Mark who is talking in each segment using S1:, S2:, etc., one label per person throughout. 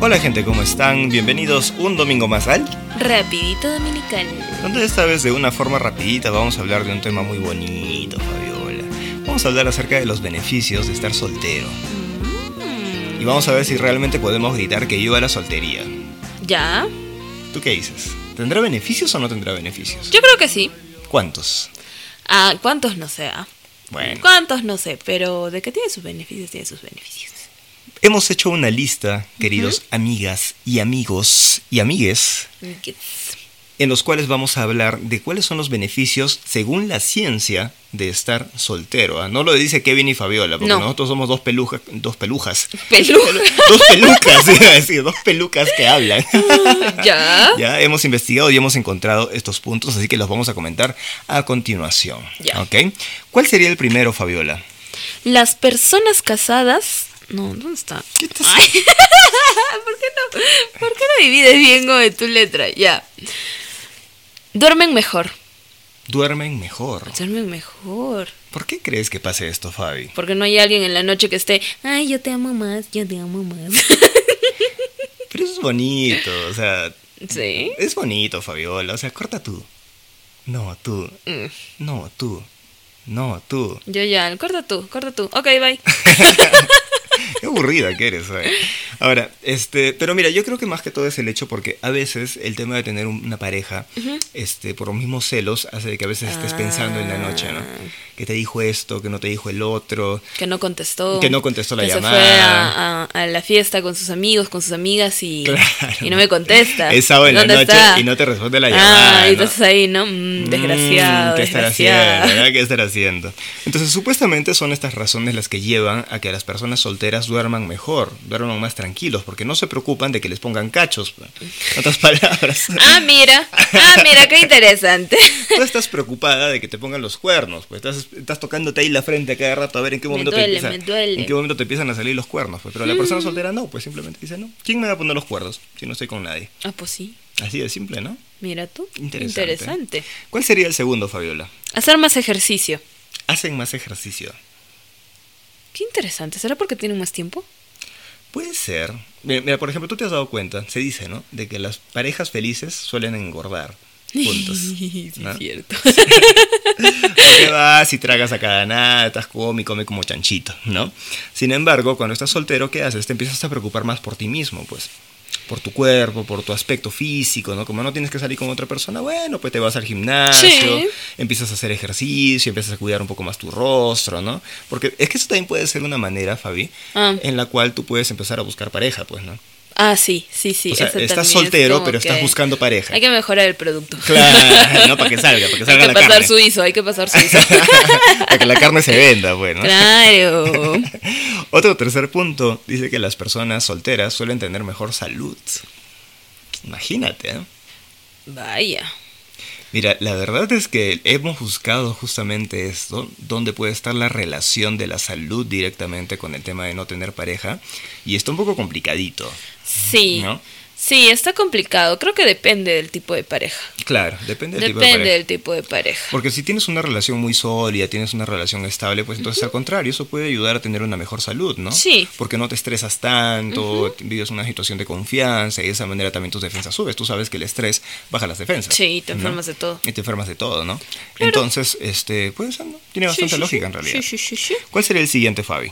S1: Hola gente, ¿cómo están? Bienvenidos un domingo más al...
S2: Rapidito Dominical.
S1: Donde esta vez de una forma rapidita vamos a hablar de un tema muy bonito, Fabiola. Vamos a hablar acerca de los beneficios de estar soltero.
S2: Hmm,
S1: Y vamos a ver si realmente podemos gritar que yo a la soltería.
S2: ¿Ya?
S1: ¿Tú qué dices? ¿Tendrá beneficios o no tendrá beneficios?
S2: Yo creo que sí.
S1: ¿Cuántos?
S2: Ah, ¿Cuántos no sé? ah?
S1: Bueno,
S2: ¿Cuántos no sé? Pero de que tiene sus beneficios, tiene sus beneficios.
S1: hemos hecho una lista, queridos amigas y amigos y amigues,
S2: Mm. Amiguitos.
S1: en los cuales vamos a hablar de cuáles son los beneficios según la ciencia de estar soltero. ¿ah? No lo dice Kevin y Fabiola, porque
S2: No.
S1: nosotros somos dos pelujas, dos pelujas,
S2: Peluja.
S1: dos pelucas, iba a decir, dos pelucas que hablan.
S2: ¿Ya?
S1: Ya hemos investigado y hemos encontrado estos puntos, así que los vamos a comentar a continuación.
S2: Ya.
S1: ¿ok? ¿Cuál sería el primero, Fabiola?
S2: Las personas casadas... No, ¿dónde está? Ay, ¿por qué no? ¿Por qué no divides bien de tu letra? Ya. Duermen mejor.
S1: Duermen mejor.
S2: Duermen mejor.
S1: ¿Por qué crees que pase esto, Fabi?
S2: Porque no hay alguien en la noche que esté, ay, yo te amo más, yo te amo más.
S1: Pero eso es bonito, o sea,
S2: ¿Sí?
S1: es bonito, Fabiola, o sea, corta tú. No, tú.
S2: Mm.
S1: No, tú. No, tú.
S2: Yo ya, corta tú, corta tú. Ok, bye.
S1: Qué aburrida que eres. oye. Ahora, este, pero mira, yo creo que más que todo es el hecho porque a veces el tema de tener un- una pareja, este, por los mismos celos, hace de que a veces estés pensando en la noche, ¿no?
S2: Ah.
S1: Que te dijo esto, que no te dijo el otro.
S2: Que no contestó.
S1: Que no contestó la
S2: que
S1: llamada.
S2: Se fue a, a- a la fiesta con sus amigos, con sus amigas y,
S1: Claro.
S2: y no me contesta.
S1: Es sábado en la
S2: ¿Dónde
S1: noche
S2: está?
S1: y no te responde la
S2: Ah,
S1: llamada.
S2: y
S1: ¿no?
S2: entonces ahí, ¿no? Mm, desgraciado.
S1: Mm, ¿Qué estará
S2: desgraciado.
S1: haciendo? verdad? ¿Qué estará haciendo? Entonces, supuestamente son estas razones las que llevan a que las personas solteras duerman mejor, duerman más tranquilos, porque no se preocupan de que les pongan cachos. pues. En otras palabras,
S2: Ah, mira. Ah, mira, qué interesante.
S1: no estás preocupada de que te pongan los cuernos, pues estás, estás tocándote ahí la frente a cada rato a ver en qué
S2: Me
S1: momento
S2: duele,
S1: te empieza-
S2: me duele. Mm.
S1: en qué momento te empiezan a salir los cuernos, pues. Pero la persona soltera no, pues simplemente dice, "No, ¿quién me va a poner los cuernos si no estoy con nadie?"
S2: Ah, pues sí.
S1: Así de simple, ¿no?
S2: Mira tú.
S1: Interesante.
S2: Interesante.
S1: ¿Cuál sería el segundo, Fabiola?
S2: Hacer más ejercicio.
S1: Hacen más ejercicio.
S2: Qué interesante. ¿Será porque tienen más tiempo?
S1: Puede ser. Mira, mira, por ejemplo, tú te has dado cuenta, se dice, ¿no? De que las parejas felices suelen engordar juntos.
S2: sí, es
S1: ¿no?
S2: cierto.
S1: Te vas y tragas a cada nada, estás come, come como chanchito, ¿no? Sin embargo, cuando estás soltero, ¿qué haces? Te empiezas a preocupar más por ti mismo, pues. Por tu cuerpo, por tu aspecto físico, ¿no? Como no tienes que salir con otra persona, bueno, pues te vas al gimnasio,
S2: Sí.
S1: empiezas a hacer ejercicio, empiezas a cuidar un poco más tu rostro, ¿no? Porque es que eso también puede ser una manera, Fabi,
S2: Ah.
S1: en la cual tú puedes empezar a buscar pareja, pues, ¿no?
S2: Ah, sí, sí, sí.
S1: O sea,
S2: esa
S1: estás
S2: también es
S1: soltero,
S2: como
S1: pero estás
S2: que
S1: buscando pareja.
S2: Hay que mejorar el producto.
S1: Claro, no, para que salga, para que salga
S2: hay
S1: la
S2: que pasar
S1: carne.
S2: su ISO, hay que pasar su ISO.
S1: para que la carne se venda, pues, bueno.
S2: claro.
S1: Otro tercer punto dice que las personas solteras suelen tener mejor salud. Imagínate, ¿eh?
S2: Vaya.
S1: Mira, la verdad es que hemos buscado justamente esto, dónde puede estar la relación de la salud directamente con el tema de no tener pareja, y está un poco complicadito.
S2: Sí.
S1: ¿No?
S2: Sí, está complicado. Creo que depende del tipo de pareja.
S1: Claro, depende del tipo de
S2: depende
S1: pareja.
S2: del tipo de pareja.
S1: Porque si tienes una relación muy sólida, tienes una relación estable, pues entonces al contrario, eso puede ayudar a tener una mejor salud, ¿no?
S2: Sí.
S1: Porque no te estresas tanto, vives una situación de confianza y de esa manera también tus defensas subes. Tú sabes que el estrés baja las defensas.
S2: Sí, te
S1: ¿no?
S2: enfermas de todo.
S1: Y te enfermas de todo, ¿no? Entonces, este, pues ¿no? tiene
S2: Sí,
S1: bastante
S2: sí,
S1: lógica
S2: sí.
S1: en realidad.
S2: Sí, sí, sí, sí.
S1: ¿Cuál sería el siguiente, Fabi?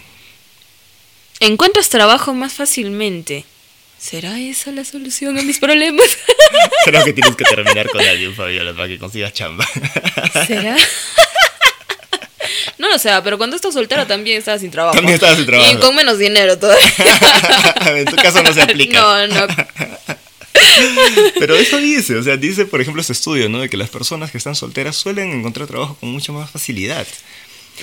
S2: Encuentras trabajo más fácilmente. ¿Será esa la solución a mis problemas?
S1: Creo que tienes que terminar con alguien, Fabiola, para que consigas chamba.
S2: ¿Será? No lo sé, ah, pero cuando estás soltero también estás sin trabajo.
S1: También estabas sin trabajo.
S2: Y con menos dinero todavía.
S1: en tu caso no se aplica.
S2: No, no.
S1: Pero eso dice, o sea, dice, por ejemplo, este estudio, ¿no? De que las personas que están solteras suelen encontrar trabajo con mucha más facilidad.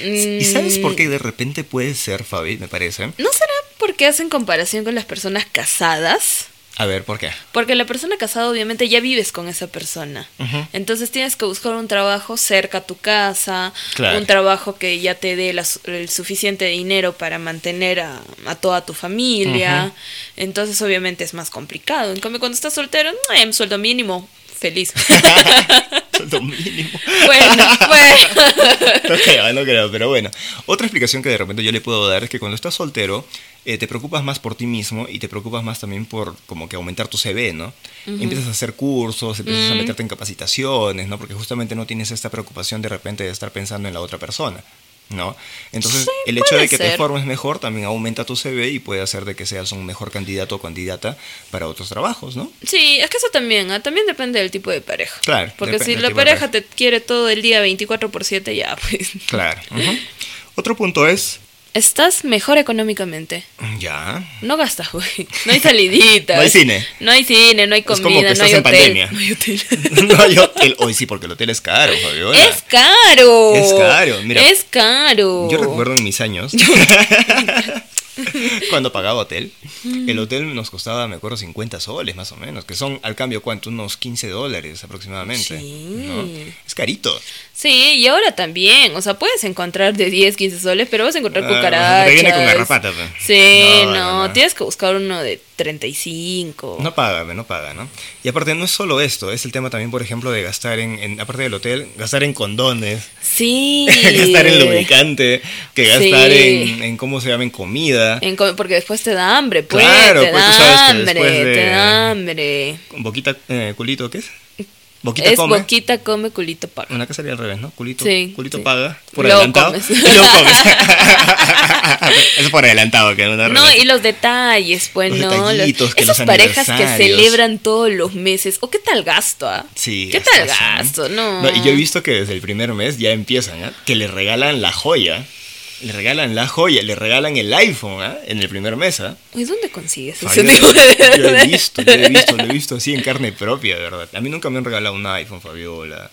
S1: ¿Y sabes por qué de repente puede ser, Fabi, me parece?
S2: Mm, ¿No será porque hacen comparación con las personas casadas?
S1: A ver, ¿por qué?
S2: Porque la persona casada obviamente ya vives con esa persona.
S1: Ujú.
S2: Entonces tienes que buscar un trabajo cerca a tu casa,
S1: Claro.
S2: un trabajo que ya te dé la su- el suficiente dinero para mantener a, a toda tu familia. Entonces obviamente es más complicado. En cambio, cuando estás soltero, eh, un sueldo mínimo, feliz.
S1: Sueldo mínimo.
S2: bueno, bueno.
S1: No creo, no creo, pero bueno. Otra explicación que de repente yo le puedo dar es que cuando estás soltero, eh, te preocupas más por ti mismo y te preocupas más también por como que aumentar tu CV, ¿no? Empiezas a hacer cursos, empiezas a
S2: Mm.
S1: meterte en capacitaciones, ¿no? Porque justamente no tienes esta preocupación de repente de estar pensando en la otra persona. ¿No? Entonces,
S2: Sí,
S1: el hecho de
S2: puede
S1: que te
S2: ser.
S1: formes mejor también aumenta tu CV y puede hacer de que seas un mejor candidato o candidata para otros trabajos, ¿no?
S2: Sí, es que eso también, ¿ah? también depende del tipo de pareja.
S1: Claro,
S2: Porque
S1: depende
S2: si
S1: del
S2: la
S1: tipo de
S2: pareja te quiere todo el día 24 por 7, ya, pues.
S1: Claro. ujú. Otro punto es.
S2: Estás mejor económicamente.
S1: Ya.
S2: No gastas, güey. No hay saliditas.
S1: No hay cine.
S2: No hay cine, no hay
S1: como
S2: comida,
S1: que
S2: no
S1: estás
S2: hay
S1: en
S2: hotel.
S1: pandemia.
S2: No hay hotel.
S1: No hay hotel. Hoy sí, porque el hotel es caro, Fabiola.
S2: Es caro.
S1: Es caro, mira.
S2: Es caro.
S1: Yo recuerdo en mis años. cuando pagaba hotel, el hotel nos costaba, me acuerdo, 50 soles más o menos, que son al cambio, ¿cuánto? Unos 15 dólares aproximadamente.
S2: Sí.
S1: ¿no? Es carito.
S2: Sí, y ahora también. O sea, puedes encontrar de 10, 15 soles, pero vas a encontrar
S1: Ah,
S2: cucarachas.
S1: rellena con garrapata, pe.
S2: Sí,
S1: No,
S2: no,
S1: no, no.
S2: Tienes que buscar uno de 35.
S1: No paga, no paga, ¿no? Y aparte, no es solo esto, es el tema también, por ejemplo, de gastar en, en- aparte del hotel, gastar en condones.
S2: Sí.
S1: que gastar en lubricante, que gastar
S2: Sí.
S1: en, en cómo se llama, en comida.
S2: En co- porque después te da hambre, pues.
S1: Claro,
S2: te
S1: pues,
S2: da
S1: tú sabes que
S2: hambre,
S1: después de-
S2: te da hambre.
S1: Boquita, eh, culito, ¿qué es? Boquita
S2: Es
S1: come.
S2: boquita come culito paga.
S1: Una que sería al revés, ¿no? Culito,
S2: Sí,
S1: culito
S2: sí.
S1: paga por
S2: Luego
S1: adelantado.
S2: comes.
S1: Y luego comes. es por adelantado que no una
S2: No,
S1: relación.
S2: y los detalles, pues
S1: Los
S2: no. Los-
S1: detallitos, que
S2: esas
S1: los
S2: parejas que
S1: aniversarios.
S2: celebran todos los meses. ¿O qué tal gasto, ah?
S1: Sí,
S2: ¿Qué tal
S1: gastazo, ¿no?
S2: gasto? No.
S1: No, Y yo he visto que desde el primer mes ya empiezan, ¿ah? Que le regalan la joya. Le regalan la joya, le regalan el iPhone, ¿ah? En el primer mes, ¿ah?
S2: Uy, ¿dónde consigues
S1: Fabiola,
S2: ese tipo de.?
S1: Yo he visto, yo he visto, lo he visto así en carne propia, de verdad. A mí nunca me han regalado un iPhone, Fabiola.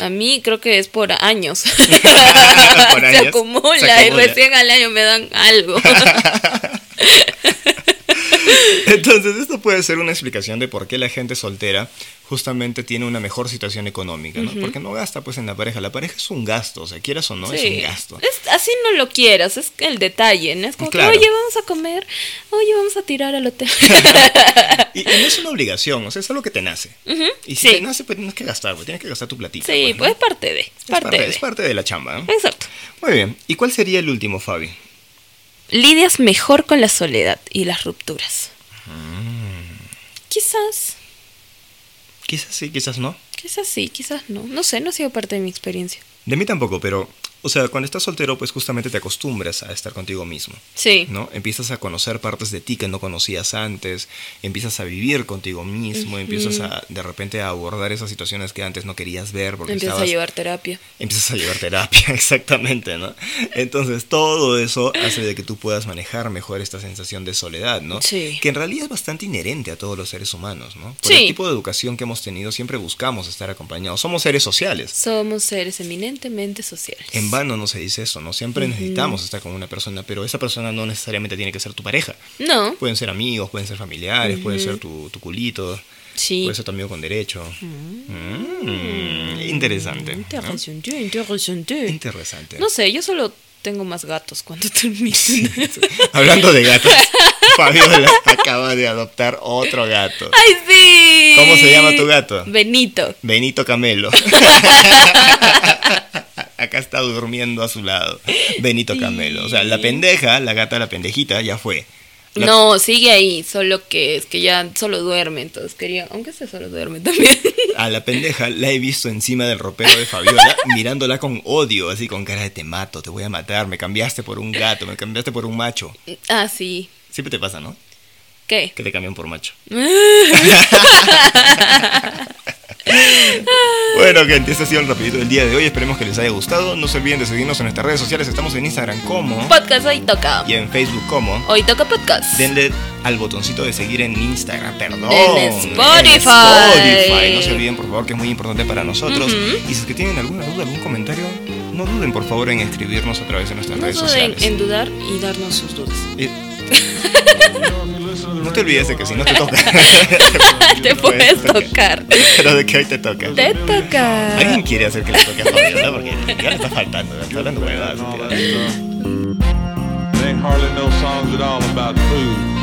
S2: A mí creo que es por años.
S1: años,
S2: se, acumula,
S1: se acumula.
S2: y recién al año me dan algo.
S1: Entonces, esto puede ser una explicación de por qué la gente soltera justamente tiene una mejor situación económica, ¿no? Porque no gasta pues en la pareja. La pareja es un gasto, o sea, quieras o no, es un
S2: Sí.
S1: gasto.
S2: Es- así no lo quieras, es el detalle, ¿no? Es como
S1: Claro.
S2: que, oye, vamos a comer, oye, vamos a tirar al hotel.
S1: Y, y no es una obligación, o sea, es algo que te nace. Y si
S2: sí.
S1: te nace, pues tienes que gastar, pues tienes que gastar tu platita.
S2: sí,
S1: pues,
S2: pues
S1: ¿no?
S2: es parte de.
S1: Es
S2: Parte, de.
S1: es parte de la chamba. ¿no?
S2: Exacto.
S1: Muy bien. ¿Y cuál sería el último, Fabi?
S2: Lidias mejor con la soledad y las rupturas.
S1: Mm.
S2: Quizás,
S1: Quizás sí, quizás no.
S2: quizás sí, quizás no. No sé, no ha sido parte de mi experiencia.
S1: De mí tampoco, pero, o sea, cuando estás soltero, pues justamente te acostumbras a estar contigo mismo.
S2: Sí.
S1: ¿no? Empiezas a conocer partes de ti que no conocías antes, empiezas a vivir contigo mismo, empiezas a de repente a abordar esas situaciones que antes no querías ver porque
S2: Empiezas a
S1: estabas-
S2: llevar terapia.
S1: empiezas a llevar terapia, exactamente, ¿no? Entonces todo eso hace de que tú puedas manejar mejor esta sensación de soledad, ¿no?
S2: Sí.
S1: Que en realidad es bastante inherente a todos los seres humanos, ¿no? Por el
S2: Sí.
S1: tipo de educación que hemos tenido siempre buscamos estar acompañados, somos seres sociales.
S2: Somos seres eminentemente sociales.
S1: En vano no se dice eso, ¿no? Siempre necesitamos estar con una persona, pero esa persona no necesariamente tiene que ser tu pareja.
S2: No.
S1: Pueden ser amigos, pueden ser familiares, pueden ser tu, tu culito,
S2: Sí.
S1: puede ser tu amigo con derecho. Mm, interesante. ¿no?
S2: Interesante, interesante.
S1: Interesante.
S2: No sé, yo solo tengo más gatos cuando termino.
S1: Hablando de gatos, Fabiola acaba de adoptar otro gato.
S2: ¡Ay, sí!
S1: ¿Cómo se llama tu gato?
S2: Benito.
S1: Benito Camelo. Acá está durmiendo a su lado. Benito Camelo. O sea, la pendeja, la gata, la pendejita, ya fue. La-
S2: No, sigue ahí, solo que es que ya solo duerme, entonces quería, aunque se solo duerme también.
S1: A la pendeja la he visto encima del ropero de Fabiola, mirándola con odio, así con cara de te mato, te voy a matar, me cambiaste por un gato, me cambiaste por un macho.
S2: ah, sí.
S1: Siempre te pasa, ¿no?
S2: ¿Qué?
S1: Que te cambian por macho. Bueno, gente, este ha sido el rapidito del día de hoy. Esperemos que les haya gustado. No se olviden de seguirnos en nuestras redes sociales. Estamos en Instagram como
S2: Podcast hoy toca.
S1: y en Facebook como.
S2: Hoy toca podcast.
S1: Denle al botoncito de seguir en Instagram, perdón.
S2: En Spotify.
S1: Spotify. No se olviden, por favor, que es muy importante para nosotros. Y si es que tienen alguna duda, algún comentario, no duden, por favor, en escribirnos a través de nuestras
S2: no
S1: redes
S2: duden
S1: sociales.
S2: en dudar y darnos sus dudas.
S1: Eh, No te olvides de que si no te toca,
S2: Te puedes tocar.
S1: pero de que hoy te toca.
S2: Te toca.
S1: ¿Alguien quiere hacer que le toque a Fabiola? Porque ya le está faltando, está hablando huevadas.
S3: and all that stuff. They ain't hardly no songs at all about food.